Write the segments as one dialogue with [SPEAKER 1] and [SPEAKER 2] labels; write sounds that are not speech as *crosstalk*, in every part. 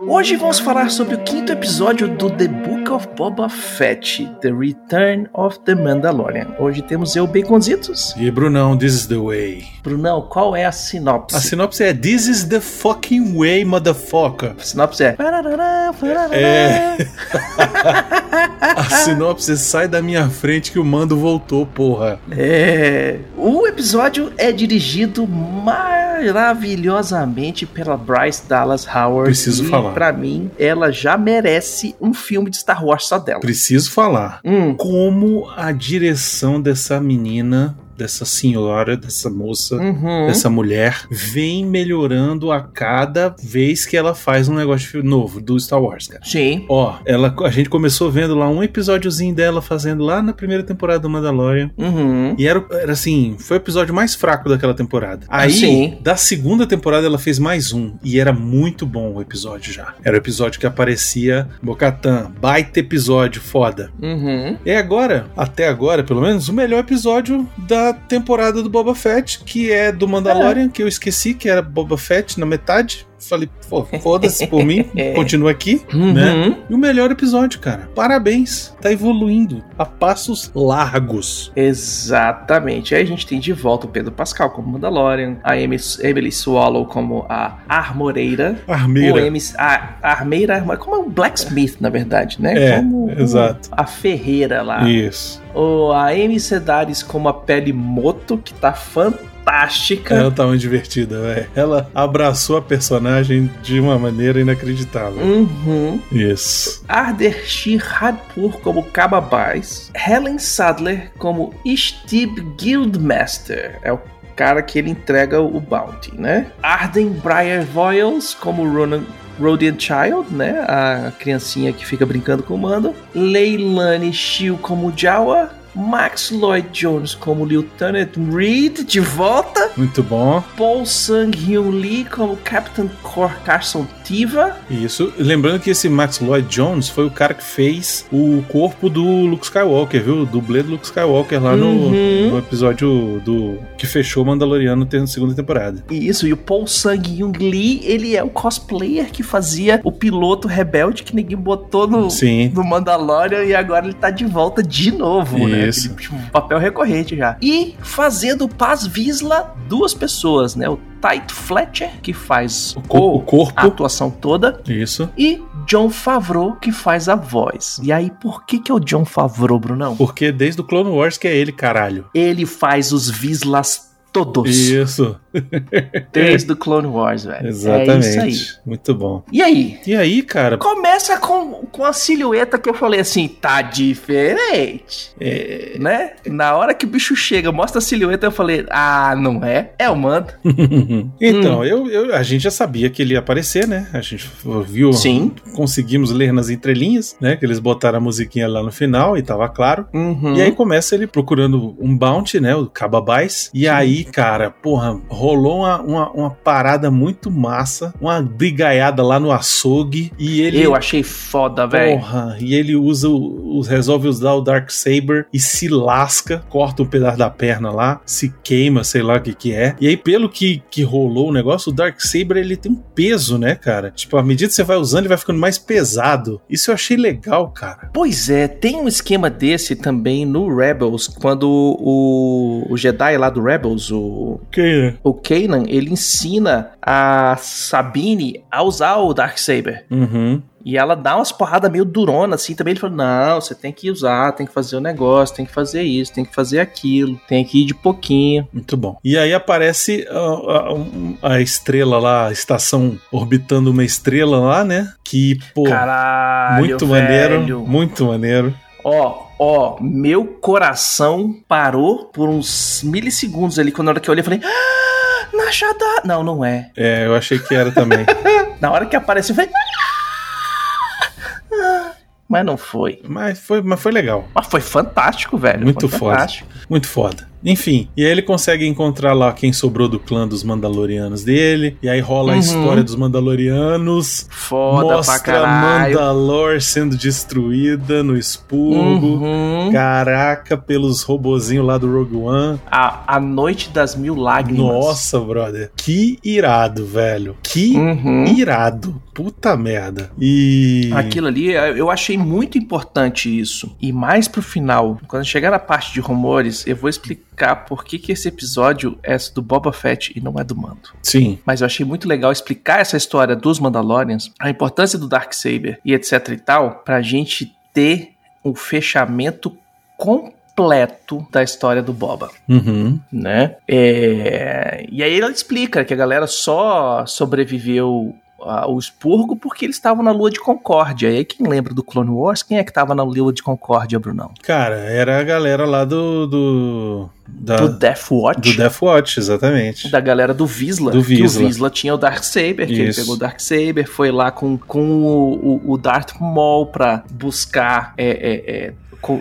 [SPEAKER 1] Hoje vamos falar sobre o quinto episódio do The Book of Boba Fett, The Return of the Mandalorian. Hoje temos eu, Baconzitos.
[SPEAKER 2] E Brunão, this is the way.
[SPEAKER 1] Brunão, qual é a sinopse?
[SPEAKER 2] A sinopse é This is the fucking way, motherfucker.
[SPEAKER 1] A sinopse é...
[SPEAKER 2] É. a sinopse é, sai da minha frente que o mando voltou, porra.
[SPEAKER 1] É. O episódio é dirigido maravilhosamente pela Bryce Dallas Howard.
[SPEAKER 2] Preciso
[SPEAKER 1] e,
[SPEAKER 2] falar.
[SPEAKER 1] Pra mim, ela já merece um filme de Star Wars só dela.
[SPEAKER 2] Preciso falar.
[SPEAKER 1] Hum.
[SPEAKER 2] Como a direção dessa menina, dessa senhora, dessa moça,
[SPEAKER 1] Uhum.
[SPEAKER 2] dessa mulher, vem melhorando a cada vez que ela faz um negócio novo do Star Wars, cara.
[SPEAKER 1] Sim.
[SPEAKER 2] Ó, ela, a gente começou vendo lá um episódiozinho dela fazendo lá na primeira temporada do Mandalorian.
[SPEAKER 1] Uhum.
[SPEAKER 2] E era, era assim, foi o episódio mais fraco daquela temporada. Aí,
[SPEAKER 1] Sim.
[SPEAKER 2] da segunda temporada, ela fez mais um. E era muito bom o episódio já. Era o episódio que aparecia Bocatan. Baita episódio, foda.
[SPEAKER 1] Uhum.
[SPEAKER 2] É agora, até agora, pelo menos, o melhor episódio da temporada do Boba Fett, que é do Mandalorian, que eu esqueci que era Boba Fett na metade. Falei, pô, foda-se por mim, continua aqui,
[SPEAKER 1] Uhum.
[SPEAKER 2] né? E o melhor episódio, cara. Parabéns, tá evoluindo a passos largos.
[SPEAKER 1] Exatamente. Aí a gente tem de volta o Pedro Pascal como Mandalorian, a Em- Emily Swallow como a Armoreira. Ou
[SPEAKER 2] Armeira.
[SPEAKER 1] Em- a Armeira, Armo- como é o Blacksmith, na verdade, né?
[SPEAKER 2] É,
[SPEAKER 1] como, como
[SPEAKER 2] exato.
[SPEAKER 1] A Ferreira lá.
[SPEAKER 2] Isso.
[SPEAKER 1] Ou a Amy Sedaris como a Pele Moto, que tá fantástica.
[SPEAKER 2] Ela tá muito divertida, velho. Ela abraçou a personagem de uma maneira inacreditável.
[SPEAKER 1] Uhum.
[SPEAKER 2] Isso.
[SPEAKER 1] Arder Shirhadpur como Cababais. Helen Sadler como Steve Guildmaster. É o cara que ele entrega o bounty, né? Arden Briar Voiles como Ronan. Rodian Child, né? A criancinha que fica brincando com o Mando. Leilani Shiu como Jawa. Max Lloyd Jones como Lieutenant Reed de volta.
[SPEAKER 2] Muito bom.
[SPEAKER 1] Paul Sang-hyun Lee como Captain Cor Carson Tiva.
[SPEAKER 2] Isso. Lembrando que esse Max Lloyd Jones foi o cara que fez o corpo do Luke Skywalker, viu? O dublê do Luke Skywalker lá
[SPEAKER 1] Uhum.
[SPEAKER 2] Tá no, no episódio do que fechou o Mandaloriano ter- na segunda temporada.
[SPEAKER 1] E Isso, e o Paul Sang-hyun Lee, ele é o cosplayer que fazia o piloto rebelde que ninguém botou no,
[SPEAKER 2] Sim.
[SPEAKER 1] no Mandalorian e agora ele tá de volta de novo, né?
[SPEAKER 2] Isso.
[SPEAKER 1] Aquele papel recorrente já. E fazendo Paz Visla duas pessoas, né? O Tite Fletcher, que faz
[SPEAKER 2] O, co- o corpo.
[SPEAKER 1] a atuação toda,
[SPEAKER 2] Isso.
[SPEAKER 1] e John Favreau, que faz a voz. E aí, por que que é o John Favreau, Brunão?
[SPEAKER 2] Porque desde o Clone Wars que é ele, caralho.
[SPEAKER 1] ele faz os Vislas todos.
[SPEAKER 2] Isso.
[SPEAKER 1] Desde o Clone Wars, velho. É isso aí.
[SPEAKER 2] Exatamente. Muito bom.
[SPEAKER 1] E aí?
[SPEAKER 2] E aí, cara,
[SPEAKER 1] Começa com, com a silhueta que eu falei assim, tá diferente,
[SPEAKER 2] é,
[SPEAKER 1] né? Na hora que o bicho chega, mostra a silhueta, eu falei, ah, não é? É o Mando. Hum.
[SPEAKER 2] então, eu, eu- a gente já sabia que ele ia aparecer, né? A gente viu,
[SPEAKER 1] Sim.
[SPEAKER 2] conseguimos ler nas entrelinhas, né? Que eles botaram a musiquinha lá no final e tava claro.
[SPEAKER 1] Uhum.
[SPEAKER 2] E aí começa ele procurando um bounty, né? O Cababais. E aí, cara, porra, rolou uma, uma, uma parada muito massa, uma brigaiada lá no açougue. E ele.
[SPEAKER 1] Eu achei foda, velho.
[SPEAKER 2] Porra, e ele usa o, o- resolve usar o Dark Saber e se lasca, corta um pedaço da perna lá, se queima, sei lá o que que é. E aí pelo que que rolou o negócio, o Dark Saber ele tem um peso, né, cara? Tipo, à medida que você vai usando, ele vai ficando mais pesado. Isso eu achei legal, cara.
[SPEAKER 1] Pois é, tem um esquema desse também no Rebels, quando o, o Jedi lá do Rebels, o,
[SPEAKER 2] Que
[SPEAKER 1] o Kanan, ele ensina a Sabine a usar o Darksaber.
[SPEAKER 2] Uhum.
[SPEAKER 1] E ela dá umas porradas meio durona, assim, também ele falou, não, você tem que usar, tem que fazer o negócio, tem que fazer isso, tem que fazer aquilo, tem que ir de pouquinho.
[SPEAKER 2] Muito bom. E aí aparece a, a- um- a estrela lá, a estação orbitando uma estrela lá, né? Que, pô,
[SPEAKER 1] Caralho,
[SPEAKER 2] muito
[SPEAKER 1] velho.
[SPEAKER 2] maneiro. Muito maneiro.
[SPEAKER 1] Ó, ó, meu coração parou por uns milissegundos ali, quando na hora que eu olhei, eu falei, ah, Najada! Não, não é.
[SPEAKER 2] É, eu achei que era também.
[SPEAKER 1] Na hora que apareceu, eu falei, "Ah!" Ah, mas não foi.
[SPEAKER 2] mas, foi, mas foi legal.
[SPEAKER 1] Mas foi fantástico, velho.
[SPEAKER 2] Muito
[SPEAKER 1] foi
[SPEAKER 2] foda.
[SPEAKER 1] fantástico.
[SPEAKER 2] Muito foda. Enfim, e aí ele consegue encontrar lá quem sobrou do clã dos Mandalorianos dele, e aí rola a
[SPEAKER 1] Uhum.
[SPEAKER 2] história dos Mandalorianos.
[SPEAKER 1] Foda pra
[SPEAKER 2] mostra
[SPEAKER 1] caralho.
[SPEAKER 2] Mandalor sendo destruída no expurgo.
[SPEAKER 1] Uhum.
[SPEAKER 2] Caraca, pelos robozinhos lá do Rogue One.
[SPEAKER 1] A, a Noite das Mil Lágrimas.
[SPEAKER 2] Nossa, brother. Que irado, velho. Que
[SPEAKER 1] Uhum.
[SPEAKER 2] irado. Puta merda. E.
[SPEAKER 1] Aquilo ali, eu achei muito importante isso. E mais pro final, quando chegar na parte de rumores, eu vou explicar por que, que esse episódio é do Boba Fett e não é do Mando.
[SPEAKER 2] Sim.
[SPEAKER 1] Mas eu achei muito legal explicar essa história dos Mandalorians, a importância do Darksaber e etc e tal, pra gente ter um fechamento completo da história do Boba
[SPEAKER 2] Uhum.
[SPEAKER 1] né? É, E aí ela explica que a galera só sobreviveu ao expurgo porque eles estavam na lua de concórdia. E aí quem lembra do Clone Wars, quem é que tava na lua de concórdia, Brunão?
[SPEAKER 2] Cara, era a galera lá do. Do, da-
[SPEAKER 1] Do Death Watch?
[SPEAKER 2] Ah, do Death Watch, exatamente.
[SPEAKER 1] Da galera do Visla.
[SPEAKER 2] Do
[SPEAKER 1] Que o
[SPEAKER 2] Vizsla.
[SPEAKER 1] Visla tinha o Darksaber, que ele
[SPEAKER 2] Isso.
[SPEAKER 1] pegou o Darksaber, foi lá com, com o, o, o Darth Maul pra buscar é, é, é, co-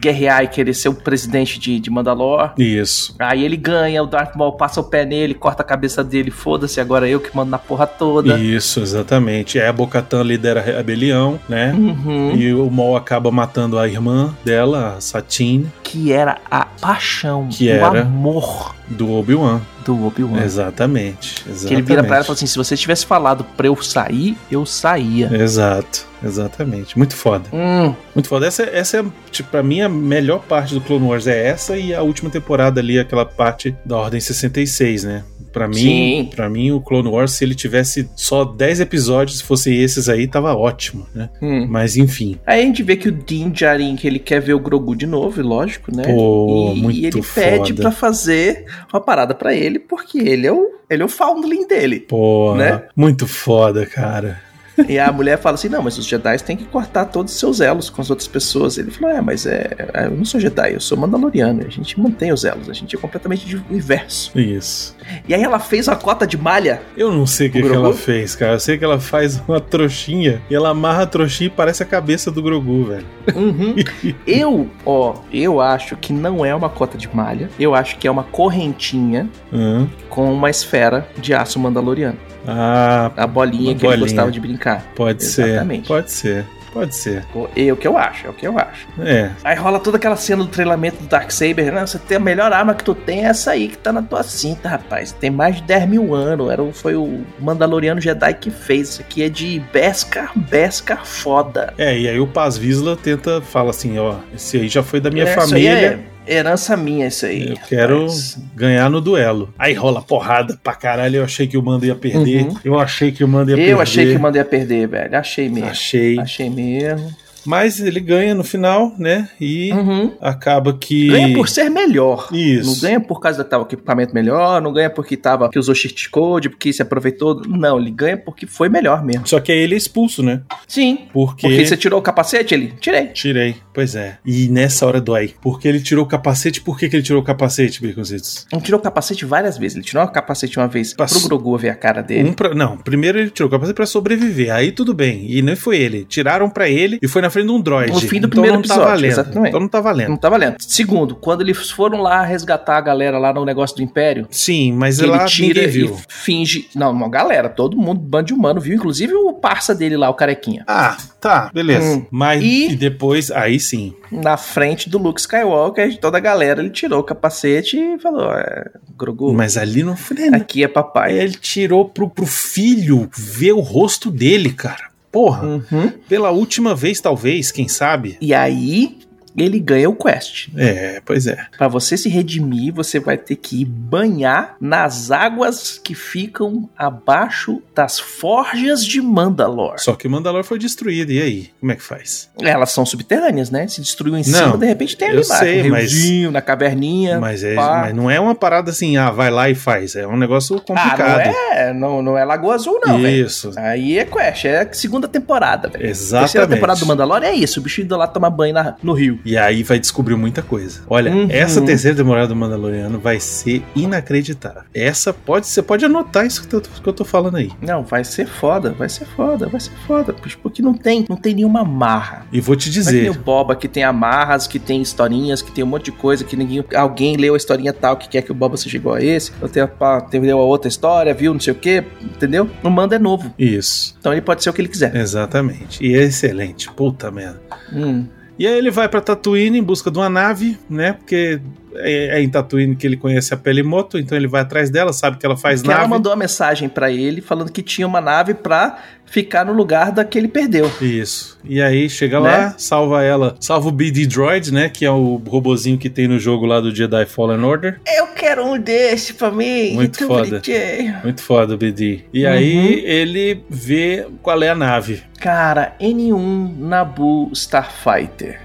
[SPEAKER 1] guerrear e querer ser o presidente de, de Mandalor.
[SPEAKER 2] Isso.
[SPEAKER 1] Aí ele ganha, o Darth Maul passa o pé nele, corta a cabeça dele, foda-se, agora eu que mando na porra toda.
[SPEAKER 2] Isso, exatamente. É a Bocatan lidera a rebelião, né?
[SPEAKER 1] Uhum.
[SPEAKER 2] E o Maul acaba matando a irmã dela, a Satine,
[SPEAKER 1] Que era a paixão,
[SPEAKER 2] Que
[SPEAKER 1] o
[SPEAKER 2] era.
[SPEAKER 1] amor
[SPEAKER 2] do Obi-Wan.
[SPEAKER 1] do Obi-Wan.
[SPEAKER 2] Exatamente. exatamente.
[SPEAKER 1] Uhum. Que ele vira pra ela e fala assim: se você tivesse falado pra eu sair, eu saía.
[SPEAKER 2] Exato, exatamente. Muito foda.
[SPEAKER 1] Hum,
[SPEAKER 2] Muito foda. Essa, essa é, tipo, pra mim, a melhor parte do Clone Wars é essa e a última temporada ali, aquela parte da Ordem 66, né? Pra mim,
[SPEAKER 1] Sim.
[SPEAKER 2] pra mim, o Clone Wars, se ele tivesse só 10 episódios, se fosse esses aí, tava ótimo, né?
[SPEAKER 1] hum.
[SPEAKER 2] Mas enfim.
[SPEAKER 1] Aí a gente vê que o Din Djarin, que ele quer ver o Grogu de novo, e lógico, né?
[SPEAKER 2] Pô,
[SPEAKER 1] e,
[SPEAKER 2] muito
[SPEAKER 1] e ele
[SPEAKER 2] foda.
[SPEAKER 1] pede pra fazer uma parada pra ele, porque ele é o, ele é o foundling dele.
[SPEAKER 2] Pô,
[SPEAKER 1] Né?
[SPEAKER 2] muito foda, cara.
[SPEAKER 1] E a mulher fala assim: não, mas os Jedi têm que cortar todos os seus elos com as outras pessoas. Ele falou: é, mas é, eu não sou Jedi, eu sou Mandaloriano. A gente mantém os elos, a gente é completamente de universo.
[SPEAKER 2] Isso.
[SPEAKER 1] E aí ela fez uma cota de malha.
[SPEAKER 2] Eu não sei o que,
[SPEAKER 1] O
[SPEAKER 2] que
[SPEAKER 1] Grogu?
[SPEAKER 2] ela fez, cara. Eu sei que ela faz uma trouxinha e ela amarra a trouxinha e parece a cabeça do Grogu, velho.
[SPEAKER 1] Uhum. *laughs* eu, ó, eu acho que não é uma cota de malha. Eu acho que é uma correntinha
[SPEAKER 2] Hã?
[SPEAKER 1] com uma esfera de aço mandaloriano.
[SPEAKER 2] Ah,
[SPEAKER 1] A bolinha
[SPEAKER 2] Uma
[SPEAKER 1] que ele
[SPEAKER 2] bolinha.
[SPEAKER 1] gostava de brincar.
[SPEAKER 2] Pode
[SPEAKER 1] Exatamente.
[SPEAKER 2] ser. Pode ser. Pode ser.
[SPEAKER 1] É o que eu acho, é o que eu acho.
[SPEAKER 2] É.
[SPEAKER 1] Aí rola toda aquela cena do treinamento do Darksaber, né? Você tem a melhor arma que tu tem, é essa aí que tá na tua cinta, rapaz. Tem mais de 10 mil anos. Era, o- foi o Mandaloriano Jedi que fez. Isso aqui é de Beskar, Beskar foda.
[SPEAKER 2] É, e aí o Paz Visla tenta, fala assim, ó, esse aí já foi da minha
[SPEAKER 1] É, isso aí
[SPEAKER 2] família.
[SPEAKER 1] é herança minha, isso aí.
[SPEAKER 2] Eu quero
[SPEAKER 1] rapaz.
[SPEAKER 2] ganhar no duelo. Aí rola porrada pra caralho. Eu achei que o Mando ia perder.
[SPEAKER 1] Uhum.
[SPEAKER 2] Eu achei que o Mando ia
[SPEAKER 1] Eu
[SPEAKER 2] perder.
[SPEAKER 1] achei que mandei a perder, velho. Achei mesmo.
[SPEAKER 2] Achei.
[SPEAKER 1] Achei mesmo.
[SPEAKER 2] Mas ele ganha no final, né? E
[SPEAKER 1] Uhum.
[SPEAKER 2] acaba que.
[SPEAKER 1] Ganha por ser melhor.
[SPEAKER 2] Isso.
[SPEAKER 1] Não ganha por causa que tava com equipamento melhor, não ganha porque tava que usou cheat code, porque se aproveitou. Não, ele ganha porque foi melhor mesmo.
[SPEAKER 2] Só que aí ele é expulso, né?
[SPEAKER 1] Sim,
[SPEAKER 2] Porque.
[SPEAKER 1] Porque você tirou o capacete, ele? Tirei.
[SPEAKER 2] Tirei, pois é. E nessa hora dói. Porque ele tirou o capacete. Por que, que ele tirou o capacete, Baconzitos?
[SPEAKER 1] Ele tirou o capacete várias vezes. Ele tirou o capacete uma vez
[SPEAKER 2] Passou.
[SPEAKER 1] pro Grogu ver a cara dele.
[SPEAKER 2] Um pra- não, primeiro ele tirou o capacete pra sobreviver, aí tudo bem. E nem foi ele. Tiraram pra ele e foi na frente de um droid.
[SPEAKER 1] No fim do primeiro
[SPEAKER 2] não
[SPEAKER 1] episódio,
[SPEAKER 2] tá valendo.
[SPEAKER 1] exatamente.
[SPEAKER 2] Então não tá valendo.
[SPEAKER 1] Não tá valendo. Segundo, quando eles foram lá resgatar a galera lá no negócio do Império,
[SPEAKER 2] Sim, mas
[SPEAKER 1] ele
[SPEAKER 2] lá
[SPEAKER 1] tira
[SPEAKER 2] ninguém
[SPEAKER 1] e
[SPEAKER 2] viu.
[SPEAKER 1] finge. Não, não, galera, todo mundo, bando de humano, viu? Inclusive o parça dele lá, o carequinha.
[SPEAKER 2] Ah, tá, beleza.
[SPEAKER 1] Hum.
[SPEAKER 2] Mas
[SPEAKER 1] E-
[SPEAKER 2] e... depois, aí sim.
[SPEAKER 1] Na frente do Luke Skywalker, de toda a galera, ele tirou o capacete e falou: é, Grogu,
[SPEAKER 2] Mas ali não foi. né?
[SPEAKER 1] aqui é
[SPEAKER 2] Aí
[SPEAKER 1] papai.
[SPEAKER 2] ele tirou pro, pro filho ver o rosto dele, cara. Porra,
[SPEAKER 1] Uhum.
[SPEAKER 2] pela última vez, talvez, quem sabe?
[SPEAKER 1] E aí ele ganha o quest.
[SPEAKER 2] É, pois é.
[SPEAKER 1] Pra você se redimir, você vai ter que ir banhar nas águas que ficam abaixo das forjas de Mandalor.
[SPEAKER 2] Só que Mandalor foi destruído, e aí? Como é que faz?
[SPEAKER 1] Elas são subterrâneas, né? Se destruiu em cima,
[SPEAKER 2] Não,
[SPEAKER 1] de repente tem
[SPEAKER 2] eu
[SPEAKER 1] ali embaixo.
[SPEAKER 2] sei,
[SPEAKER 1] um
[SPEAKER 2] mas-
[SPEAKER 1] riozinho, na caverninha.
[SPEAKER 2] Mas, é,
[SPEAKER 1] pá.
[SPEAKER 2] mas não é uma parada assim, ah, vai lá e faz. É um negócio
[SPEAKER 1] Ah,
[SPEAKER 2] complicado.
[SPEAKER 1] não é, não, não é Lagoa Azul, não, velho.
[SPEAKER 2] Isso.
[SPEAKER 1] Aí é Quest, é a segunda temporada, velho.
[SPEAKER 2] Exatamente.
[SPEAKER 1] Terceira temporada do Mandalor é isso, o bicho indo lá tomar banho na- no rio.
[SPEAKER 2] E aí vai descobrir muita coisa. Olha,
[SPEAKER 1] Uhum.
[SPEAKER 2] essa terceira temporada do Mandaloriano vai ser inacreditável. Essa pode, você pode anotar isso que eu tô- que eu tô falando aí.
[SPEAKER 1] Não, vai ser foda, vai ser foda, vai ser foda. bicho, Porque não tem, não tem nenhuma marra.
[SPEAKER 2] E vou te
[SPEAKER 1] Não é que nem o
[SPEAKER 2] dizer,
[SPEAKER 1] Boba que tem amarras, que tem historinhas, que tem um monte de coisa, que ninguém. Alguém leu a historinha tal que quer que o Boba seja igual a esse, ou tem, a- pá, tem leu a outra história, viu, não sei o quê, entendeu? Não manda é novo.
[SPEAKER 2] isso,
[SPEAKER 1] Então ele pode ser o que ele quiser.
[SPEAKER 2] exatamente. E é excelente, puta merda.
[SPEAKER 1] Hum.
[SPEAKER 2] E aí ele vai pra Tatooine em busca de uma nave, né? Porque é, é em Tatooine que ele conhece a Pelimoto, então ele vai atrás dela, sabe que ela faz
[SPEAKER 1] Que
[SPEAKER 2] nave.
[SPEAKER 1] ela mandou uma mensagem pra ele falando que tinha uma nave pra ficar no lugar da que ele perdeu.
[SPEAKER 2] Isso. E aí chega
[SPEAKER 1] Né?
[SPEAKER 2] lá, salva ela, salva o BD Droid, né? Que é o robozinho que tem no jogo lá do Jedi Fallen Order.
[SPEAKER 1] Eu quero um desse pra mim.
[SPEAKER 2] Muito
[SPEAKER 1] que
[SPEAKER 2] foda.
[SPEAKER 1] bonitinho.
[SPEAKER 2] Muito foda o BD. E
[SPEAKER 1] Uhum.
[SPEAKER 2] aí ele vê qual é a nave.
[SPEAKER 1] Cara, N1 Nabu Starfighter.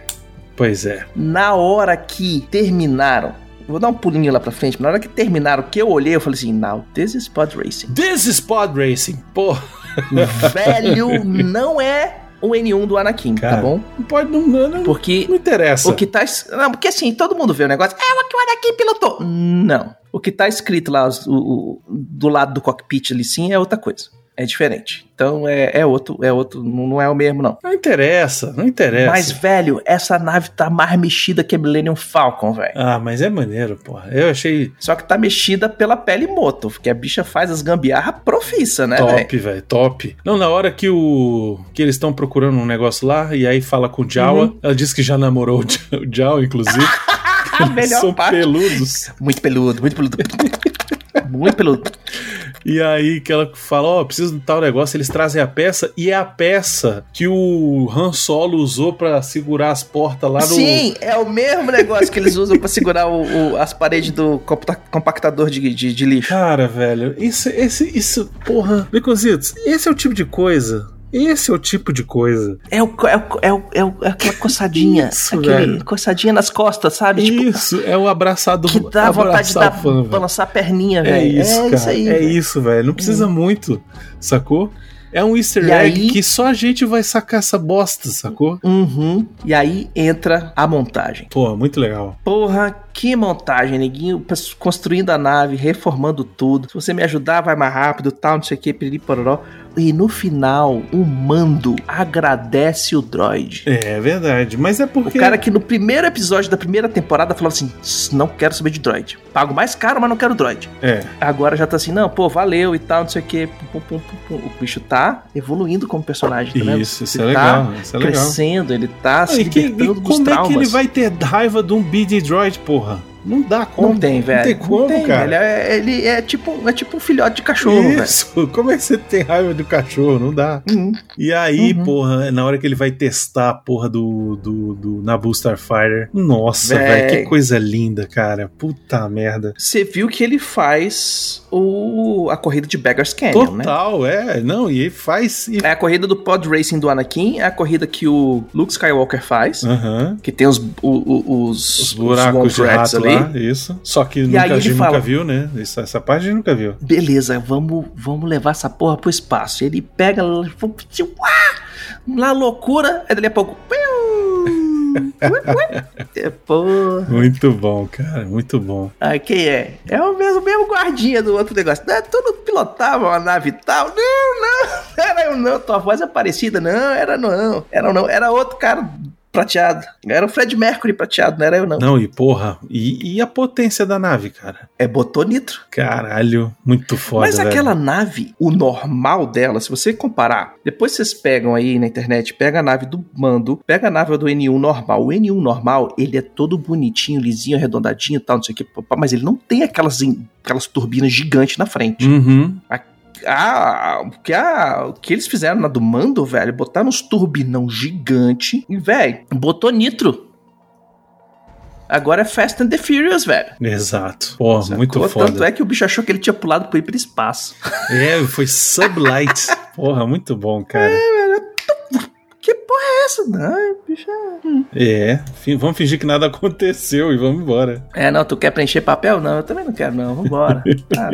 [SPEAKER 2] Pois é.
[SPEAKER 1] Na hora que terminaram, vou dar um pulinho lá pra frente, mas na hora que terminaram, que eu olhei, eu falei assim: Now, this is pod
[SPEAKER 2] *laughs*
[SPEAKER 1] racing.
[SPEAKER 2] This is Pod Racing. Pô,
[SPEAKER 1] Velho, não é o N1 do Anakin,
[SPEAKER 2] Cara.
[SPEAKER 1] tá bom?
[SPEAKER 2] não pode, não, não, não,
[SPEAKER 1] Porque
[SPEAKER 2] não interessa.
[SPEAKER 1] O que tá. es- Não, porque assim, todo mundo vê o negócio. É o que o Anakin pilotou. Não. O que tá escrito lá os- o- o- do lado do cockpit ali sim é outra coisa. É diferente. Então é, é outro, é outro. Não não é o mesmo, não.
[SPEAKER 2] Não interessa, não interessa.
[SPEAKER 1] Mas, velho, essa nave tá mais mexida que a Millennium Falcon, velho.
[SPEAKER 2] Ah, mas é maneiro, porra. Eu achei
[SPEAKER 1] Só que tá mexida pela pele moto, porque a bicha faz as gambiarra profissa, né, velho?
[SPEAKER 2] top, velho, top. Não, na hora que o que eles estão procurando um negócio lá e aí fala com o Jawa,
[SPEAKER 1] Uhum.
[SPEAKER 2] ela diz que já namorou o Ja- o
[SPEAKER 1] *laughs*
[SPEAKER 2] Jawa, inclusive.
[SPEAKER 1] A melhor
[SPEAKER 2] São
[SPEAKER 1] parte.
[SPEAKER 2] peludos.
[SPEAKER 1] Muito peludo, muito peludo. muito peludo.
[SPEAKER 2] E aí que ela fala, ó, preciso de tal negócio, eles trazem a peça, e é a peça que o Han Solo usou pra segurar as portas lá no...
[SPEAKER 1] Sim, é o mesmo negócio que eles usam pra segurar o- o- as paredes do computa- compactador de, de- de lixo.
[SPEAKER 2] Cara, velho, isso, esse, isso, porra... Becositos, esse é o tipo de coisa, esse é o tipo de coisa.
[SPEAKER 1] É, o, co- é, o, co- é, o- é, o- é aquela coçadinha.
[SPEAKER 2] Isso,
[SPEAKER 1] aquele
[SPEAKER 2] velho.
[SPEAKER 1] coçadinha nas costas, sabe?
[SPEAKER 2] isso, é o abraçador,
[SPEAKER 1] Tipo, que dá vontade de dar,
[SPEAKER 2] abraçar o fã, velho.
[SPEAKER 1] balançar a perninha,
[SPEAKER 2] É
[SPEAKER 1] velho.
[SPEAKER 2] isso, cara,
[SPEAKER 1] aí.
[SPEAKER 2] é
[SPEAKER 1] velho.
[SPEAKER 2] isso, velho, não precisa muito, sacou? É um easter
[SPEAKER 1] Hum. E
[SPEAKER 2] egg
[SPEAKER 1] aí-
[SPEAKER 2] que só a gente vai sacar essa bosta, sacou?
[SPEAKER 1] Uhum. E aí entra a montagem.
[SPEAKER 2] Pô, muito legal.
[SPEAKER 1] Porra, que montagem, neguinho. Pes- Construindo a nave, reformando tudo. Se você me ajudar, vai mais rápido, tal, não sei o que, piriri, pororó. E no final, o mando agradece o droid.
[SPEAKER 2] É verdade, mas é
[SPEAKER 1] O
[SPEAKER 2] porque...
[SPEAKER 1] cara que no primeiro episódio da primeira temporada falava assim: "Tss, não quero saber de droid. Pago mais caro, mas não quero droid.
[SPEAKER 2] É,
[SPEAKER 1] Agora já tá assim, não, pô, valeu e tal, não sei o quê. Pum, pum, pum, pum, pum. O bicho tá evoluindo como personagem, tá vendo?
[SPEAKER 2] Isso, isso é
[SPEAKER 1] Ele
[SPEAKER 2] legal, isso é legal.
[SPEAKER 1] crescendo, ele tá
[SPEAKER 2] Ah,
[SPEAKER 1] se
[SPEAKER 2] e que-
[SPEAKER 1] libertando
[SPEAKER 2] e
[SPEAKER 1] dos
[SPEAKER 2] como é
[SPEAKER 1] traumas.
[SPEAKER 2] que ele vai ter raiva de um BD Droid, porra? Não dá como.
[SPEAKER 1] Não tem, velho.
[SPEAKER 2] tem como, cara.
[SPEAKER 1] Ele, é, ele é tipo, é tipo um filhote de cachorro, velho.
[SPEAKER 2] isso, como é que você tem raiva do cachorro? Não dá.
[SPEAKER 1] Hum.
[SPEAKER 2] E aí,
[SPEAKER 1] Uhum.
[SPEAKER 2] porra, na hora que ele vai testar a porra do, do, do Nabu Starfighter. Nossa,
[SPEAKER 1] Véi.
[SPEAKER 2] velho, que coisa linda, cara. Puta merda.
[SPEAKER 1] Você viu que ele faz o, a corrida de Beggar's Canyon, né?
[SPEAKER 2] Total, é. Não, e ele faz. E...
[SPEAKER 1] É a corrida do pod racing do Anakin, é a corrida que o Luke Skywalker faz,
[SPEAKER 2] Aham.
[SPEAKER 1] que tem os, o- o- os,
[SPEAKER 2] Os buracos
[SPEAKER 1] Swamp
[SPEAKER 2] de
[SPEAKER 1] Rats
[SPEAKER 2] rato lá, isso. Só que nunca,
[SPEAKER 1] aí
[SPEAKER 2] a
[SPEAKER 1] ele
[SPEAKER 2] gente nunca
[SPEAKER 1] fala-
[SPEAKER 2] viu, né? Isso- essa parte a gente nunca viu.
[SPEAKER 1] Beleza, vamos, vamos levar essa porra pro espaço. Ele pega um uá, lá loucura, aí dali a pouco. *laughs* piu, ué, ué. É, Porra.
[SPEAKER 2] Muito bom, cara. Muito bom.
[SPEAKER 1] Ah, quem é? É o mesmo, mesmo guardinha do outro negócio. Não, tu não pilotava uma nave e tal? Não, não, *laughs* era eu não. Tua voz é parecida. Não, era não. Era não. Era outro cara prateado. Era o Fred Mercury prateado, não era eu não.
[SPEAKER 2] Não, e porra, e, e a potência da nave, cara?
[SPEAKER 1] É, botou nitro.
[SPEAKER 2] Caralho, muito foda.
[SPEAKER 1] Mas
[SPEAKER 2] velho.
[SPEAKER 1] aquela nave, o normal dela, se você comparar, depois vocês pegam aí na internet, pega a nave do Mando, pega a nave do N1 normal. O N1 normal, ele é todo bonitinho, lisinho, arredondadinho e tal, não sei o que, papá, mas ele não tem aquelas, in- aquelas turbinas gigantes na frente.
[SPEAKER 2] Uhum.
[SPEAKER 1] Ah, o que, a, o que eles fizeram na do Mando, velho, botaram uns turbinão gigante e, velho, botou nitro. Agora é Fast and the Furious, velho.
[SPEAKER 2] Exato. Pô, muito
[SPEAKER 1] Sacou? Tanto
[SPEAKER 2] foda.
[SPEAKER 1] é que o bicho achou que ele tinha pulado pro hiperespaço.
[SPEAKER 2] É, foi sublight. porra, muito bom, cara.
[SPEAKER 1] Que porra é *laughs* essa? Não, bicho.
[SPEAKER 2] É, fi- vamos fingir que nada aconteceu e vamos embora.
[SPEAKER 1] É, não, tu quer preencher papel? Não, eu também não quero, não.
[SPEAKER 2] *laughs*
[SPEAKER 1] Vambora. Ah,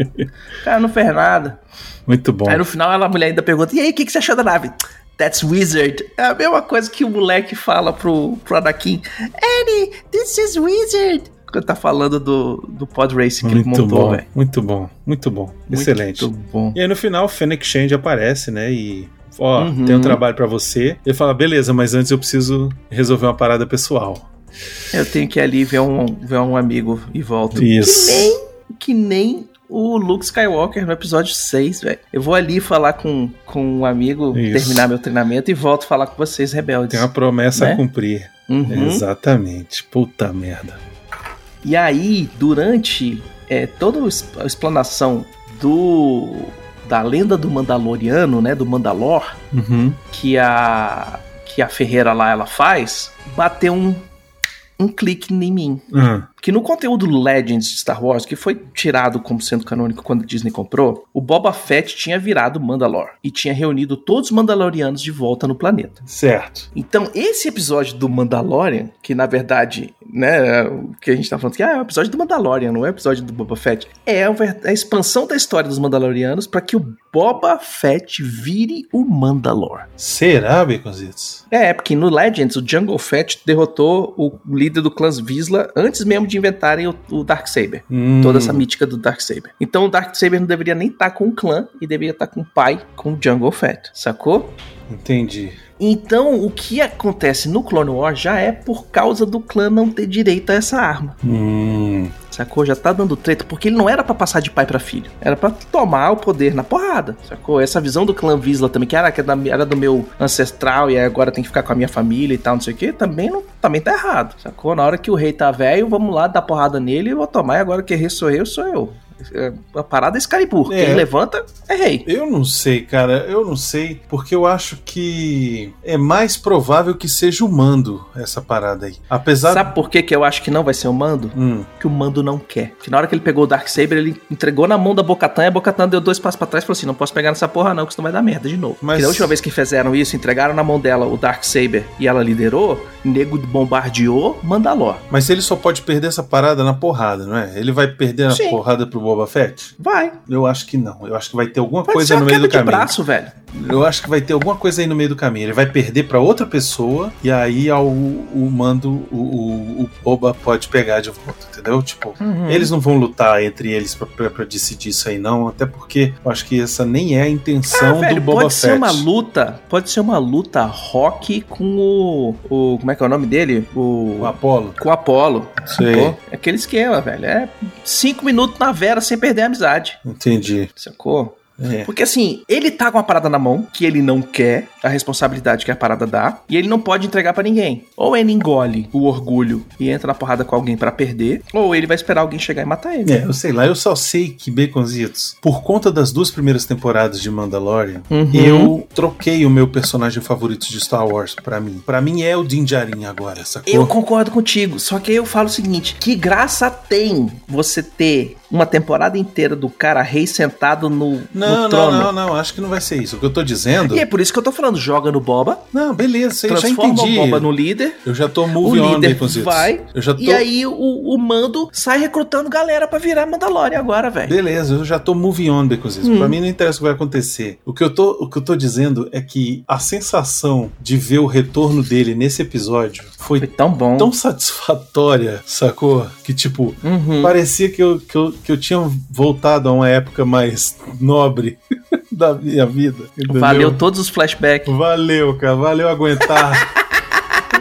[SPEAKER 1] o cara não fez nada.
[SPEAKER 2] Muito bom.
[SPEAKER 1] Aí no final ela, a mulher ainda pergunta: E aí, o que, que você achou da nave? That's Wizard. É a mesma coisa que o moleque fala pro, pro Anakin. Annie, this is Wizard. Quando tá falando do, do pod race que ele
[SPEAKER 2] Muito
[SPEAKER 1] montou,
[SPEAKER 2] bom,
[SPEAKER 1] velho.
[SPEAKER 2] muito bom, muito bom. Excelente.
[SPEAKER 1] Muito bom.
[SPEAKER 2] E aí no final o Fennec Shand aparece, né? E. Ó,
[SPEAKER 1] Uhum.
[SPEAKER 2] tem um trabalho pra você. Ele fala, beleza, mas antes eu preciso resolver uma parada pessoal.
[SPEAKER 1] Eu tenho que ir ali ver um, ver um amigo e volto.
[SPEAKER 2] Isso.
[SPEAKER 1] Que nem, que nem o Luke Skywalker no episódio 6, velho. Eu vou ali falar com, com um amigo,
[SPEAKER 2] Isso.
[SPEAKER 1] terminar meu treinamento e volto falar com vocês, rebeldes.
[SPEAKER 2] Tem uma promessa
[SPEAKER 1] Né?
[SPEAKER 2] a cumprir.
[SPEAKER 1] Uhum.
[SPEAKER 2] Exatamente. Puta merda.
[SPEAKER 1] E aí, durante é, toda a es- a explanação do da lenda do Mandaloriano, né, do Mandalor,
[SPEAKER 2] Uhum.
[SPEAKER 1] que a que a Ferreira lá ela faz, bateu um um clique em mim.
[SPEAKER 2] Ah,
[SPEAKER 1] Que no conteúdo Legends de Star Wars, que foi tirado como sendo canônico quando a Disney comprou, o Boba Fett tinha virado Mandalor e tinha reunido todos os Mandalorianos de volta no planeta.
[SPEAKER 2] certo.
[SPEAKER 1] Então, esse episódio do Mandalorian, que na verdade, né, o que a gente tá falando que ah, é um episódio do Mandalorian, não é um episódio do Boba Fett, é a ver- a expansão da história dos Mandalorianos pra que o Boba Fett vire o Mandalor.
[SPEAKER 2] Será, Baconzitos?
[SPEAKER 1] É, porque no Legends, o Jungle Fett derrotou o líder do clã Visla antes mesmo de inventarem o, o Darksaber.
[SPEAKER 2] Hum,
[SPEAKER 1] Toda essa mítica do Darksaber. Então o Darksaber não deveria nem estar com o clã e deveria estar com o pai, com o Jungle Fett, sacou?
[SPEAKER 2] Entendi.
[SPEAKER 1] Então, o que acontece no Clone Wars já é por causa do clã não ter direito a essa arma.
[SPEAKER 2] Hum,
[SPEAKER 1] Sacou? Já tá dando treta, porque ele não era pra passar de pai pra filho. Era pra tomar o poder na porrada. Sacou? Essa visão do clã Visla também, que era, que era da- era do meu ancestral e agora tem que ficar com a minha família e tal, não sei o que, também, não, também tá errado. Sacou? Na hora que o rei tá velho, vamos lá dar porrada nele e vou tomar. E agora que rei sou eu, sou eu. É, A parada é Excalibur.
[SPEAKER 2] É.
[SPEAKER 1] Quem levanta é rei.
[SPEAKER 2] eu não sei, cara. Eu não sei, porque eu acho que é mais provável que seja o mando essa parada aí. Apesar.
[SPEAKER 1] Sabe por que, que eu acho que não vai ser o mando?
[SPEAKER 2] Hum,
[SPEAKER 1] que o Mando não quer. Que na hora que ele pegou o Darksaber, ele entregou na mão da Bocatan e a Bocatan deu dois passos pra trás e falou assim: não posso pegar nessa porra, não, que senão vai dar merda de novo. Mas...
[SPEAKER 2] Mas-
[SPEAKER 1] Que da última vez que fizeram isso, entregaram na mão dela o Darksaber e ela liderou, nego bombardeou Mandalor.
[SPEAKER 2] mas ele só pode perder essa parada na porrada, não é? Ele vai perder na
[SPEAKER 1] Sim.
[SPEAKER 2] porrada pro Boba Fett?
[SPEAKER 1] Vai.
[SPEAKER 2] Eu acho que não. Eu acho que vai ter alguma
[SPEAKER 1] Pode ser
[SPEAKER 2] coisa
[SPEAKER 1] uma
[SPEAKER 2] no meio
[SPEAKER 1] queda
[SPEAKER 2] do
[SPEAKER 1] de
[SPEAKER 2] caminho.
[SPEAKER 1] braço, velho.
[SPEAKER 2] Eu acho que vai ter alguma coisa aí no meio do caminho. Ele vai perder pra outra pessoa e aí ao, o mando, o, o, o Boba pode pegar de volta, entendeu? Tipo,
[SPEAKER 1] Hum.
[SPEAKER 2] eles não vão lutar entre eles pra- pra pra decidir isso aí, não. Até porque eu acho que essa nem é a
[SPEAKER 1] Ah,
[SPEAKER 2] intenção do
[SPEAKER 1] velho,
[SPEAKER 2] Boba
[SPEAKER 1] pode ser
[SPEAKER 2] Fett.
[SPEAKER 1] uma luta, pode ser uma luta rock com o, o como é que é o nome dele? O,
[SPEAKER 2] O Apolo.
[SPEAKER 1] com o Apollo.
[SPEAKER 2] Sei.
[SPEAKER 1] Sacou? É aquele esquema, velho. É cinco minutos na Vera sem perder a amizade.
[SPEAKER 2] Entendi.
[SPEAKER 1] Sacou?
[SPEAKER 2] É.
[SPEAKER 1] Porque assim, ele tá com a parada na mão, que ele não quer, a responsabilidade que a parada dá, e ele não pode entregar pra ninguém. Ou ele engole o orgulho e entra na porrada com alguém pra perder, ou ele vai esperar alguém chegar e matar ele.
[SPEAKER 2] É, eu sei lá, eu só sei que Baconzitos, por conta das duas primeiras temporadas de Mandalorian,
[SPEAKER 1] Uhum.
[SPEAKER 2] eu troquei o meu personagem favorito de Star Wars pra mim. Pra mim é o Din Djarin agora, sacou?
[SPEAKER 1] Eu concordo contigo, só que aí eu falo o seguinte: que graça tem você ter uma temporada inteira do cara rei sentado no, no
[SPEAKER 2] Não, não,
[SPEAKER 1] trono?
[SPEAKER 2] não, não, acho que não vai ser isso. O que eu tô dizendo.
[SPEAKER 1] E é por isso que eu tô falando, joga no Boba,
[SPEAKER 2] Não, beleza, eu já
[SPEAKER 1] transforma o
[SPEAKER 2] entendi.
[SPEAKER 1] Boba no líder,
[SPEAKER 2] Eu já tô moving
[SPEAKER 1] o
[SPEAKER 2] on,
[SPEAKER 1] líder
[SPEAKER 2] Baconzitos.
[SPEAKER 1] vai,
[SPEAKER 2] Eu já tô.
[SPEAKER 1] e aí o, o Mando sai recrutando galera pra virar Mandalorian agora, velho.
[SPEAKER 2] Beleza, eu já tô moving on, Baconzitos. Pra mim não interessa o que vai acontecer. O que, eu tô, o que eu tô dizendo é que a sensação de ver o retorno dele nesse episódio foi,
[SPEAKER 1] Foi tão bom.
[SPEAKER 2] tão satisfatória, sacou? Que tipo.
[SPEAKER 1] Uhum.
[SPEAKER 2] Parecia que eu, que, eu, que eu tinha voltado a uma época mais nobre *laughs* da minha vida. entendeu?
[SPEAKER 1] Valeu todos os flashbacks.
[SPEAKER 2] Valeu, cara. Valeu aguentar.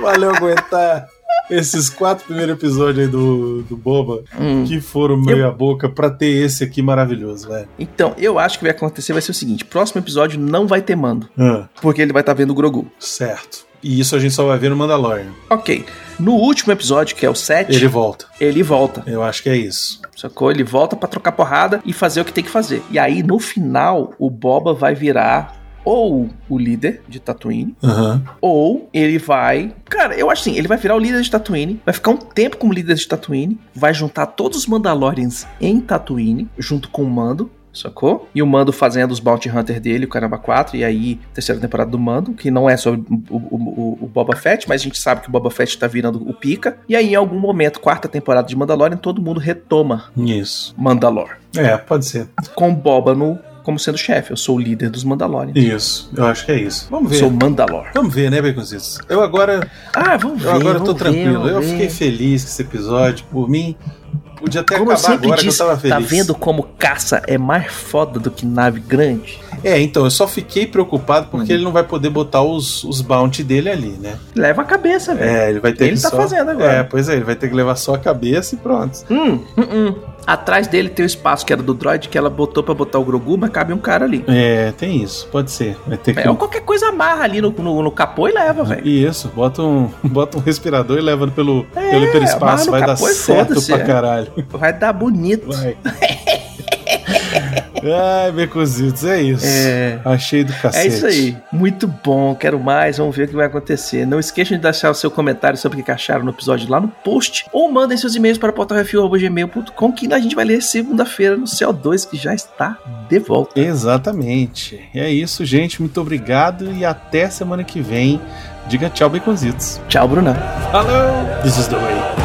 [SPEAKER 2] valeu aguentar esses quatro primeiros episódios aí do, do Boba
[SPEAKER 1] Hum.
[SPEAKER 2] que foram meio a boca pra ter esse aqui maravilhoso, velho.
[SPEAKER 1] Então, eu acho que vai acontecer vai ser o seguinte: próximo episódio não vai ter mando,
[SPEAKER 2] Ah,
[SPEAKER 1] porque ele vai estar vendo o Grogu.
[SPEAKER 2] certo. E isso a gente só vai ver no Mandalorian.
[SPEAKER 1] Ok. No último episódio, que é o 7,
[SPEAKER 2] Ele
[SPEAKER 1] ele,
[SPEAKER 2] volta.
[SPEAKER 1] volta.
[SPEAKER 2] Eu acho que é isso.
[SPEAKER 1] Sacou? Ele volta pra trocar porrada e fazer o que tem que fazer. E aí, no final, o Boba vai virar ou o líder de Tatooine,
[SPEAKER 2] Aham.
[SPEAKER 1] Ou ele vai. Cara, eu acho assim: ele vai virar o líder de Tatooine, vai ficar um tempo como líder de Tatooine, vai juntar todos os Mandalorians em Tatooine, junto com o Mando. Sacou? E o Mando fazendo os Bounty Hunter dele, o Caramba 4, e aí, terceira temporada do Mando, que não é sobre o, o- o- o Boba Fett, mas a gente sabe que o Boba Fett tá virando o pica. E aí, em algum momento, quarta temporada de Mandalorian, todo mundo retoma
[SPEAKER 2] Isso.
[SPEAKER 1] Mandalor.
[SPEAKER 2] É, pode ser.
[SPEAKER 1] Com Boba no como sendo chefe. Eu sou o líder dos Mandalorians.
[SPEAKER 2] Isso, eu acho que é isso. Vamos ver.
[SPEAKER 1] Sou Mandalor.
[SPEAKER 2] Vamos ver, né, Baconzitos? Eu agora.
[SPEAKER 1] Ah, vamos ver.
[SPEAKER 2] Eu agora tô
[SPEAKER 1] vamos ver,
[SPEAKER 2] tranquilo.
[SPEAKER 1] vamos
[SPEAKER 2] eu
[SPEAKER 1] ver.
[SPEAKER 2] fiquei feliz com esse episódio. Por mim, podia até
[SPEAKER 1] Como eu
[SPEAKER 2] acabar
[SPEAKER 1] sempre
[SPEAKER 2] agora
[SPEAKER 1] disse,
[SPEAKER 2] que eu tava feliz.
[SPEAKER 1] tá vendo como caça é mais foda do que nave grande?
[SPEAKER 2] É, então, eu só fiquei preocupado porque ele não vai poder botar os, os bounty dele ali, né?
[SPEAKER 1] Leva a cabeça, velho.
[SPEAKER 2] É, ele vai ter
[SPEAKER 1] Ele
[SPEAKER 2] que
[SPEAKER 1] tá
[SPEAKER 2] só...
[SPEAKER 1] fazendo agora.
[SPEAKER 2] É, pois é, ele vai ter que levar só a cabeça e pronto.
[SPEAKER 1] Hum, hum, hum. Atrás dele tem o espaço que era do droid que ela botou pra botar o Grogu, mas cabe um cara ali.
[SPEAKER 2] É, tem isso, pode ser. Vai ter que.
[SPEAKER 1] É, né? ou qualquer coisa amarra ali no, no, no capô e leva, velho.
[SPEAKER 2] E Isso, bota um, *laughs* bota um respirador e leva pelo,
[SPEAKER 1] É,
[SPEAKER 2] pelo hiperespaço,
[SPEAKER 1] amarra no
[SPEAKER 2] vai dar
[SPEAKER 1] capô e
[SPEAKER 2] certo
[SPEAKER 1] foda-se,
[SPEAKER 2] pra
[SPEAKER 1] é.
[SPEAKER 2] caralho.
[SPEAKER 1] Vai dar bonito.
[SPEAKER 2] *laughs* Vai. Ai, Beconzitos, é isso.
[SPEAKER 1] É.
[SPEAKER 2] Achei do
[SPEAKER 1] É
[SPEAKER 2] cacete.
[SPEAKER 1] isso aí. Muito bom, quero mais, vamos ver o que vai acontecer. Não esqueçam de deixar o seu comentário sobre o que acharam no episódio lá no post. Ou mandem seus e-mails para portalrefil.gmail.com que a gente vai ler segunda-feira no CO2, que já está de volta.
[SPEAKER 2] Exatamente. É isso, gente. Muito obrigado e até semana que vem. Diga tchau, Beconzitos.
[SPEAKER 1] Tchau, Brunão.
[SPEAKER 2] Falou! This is the way.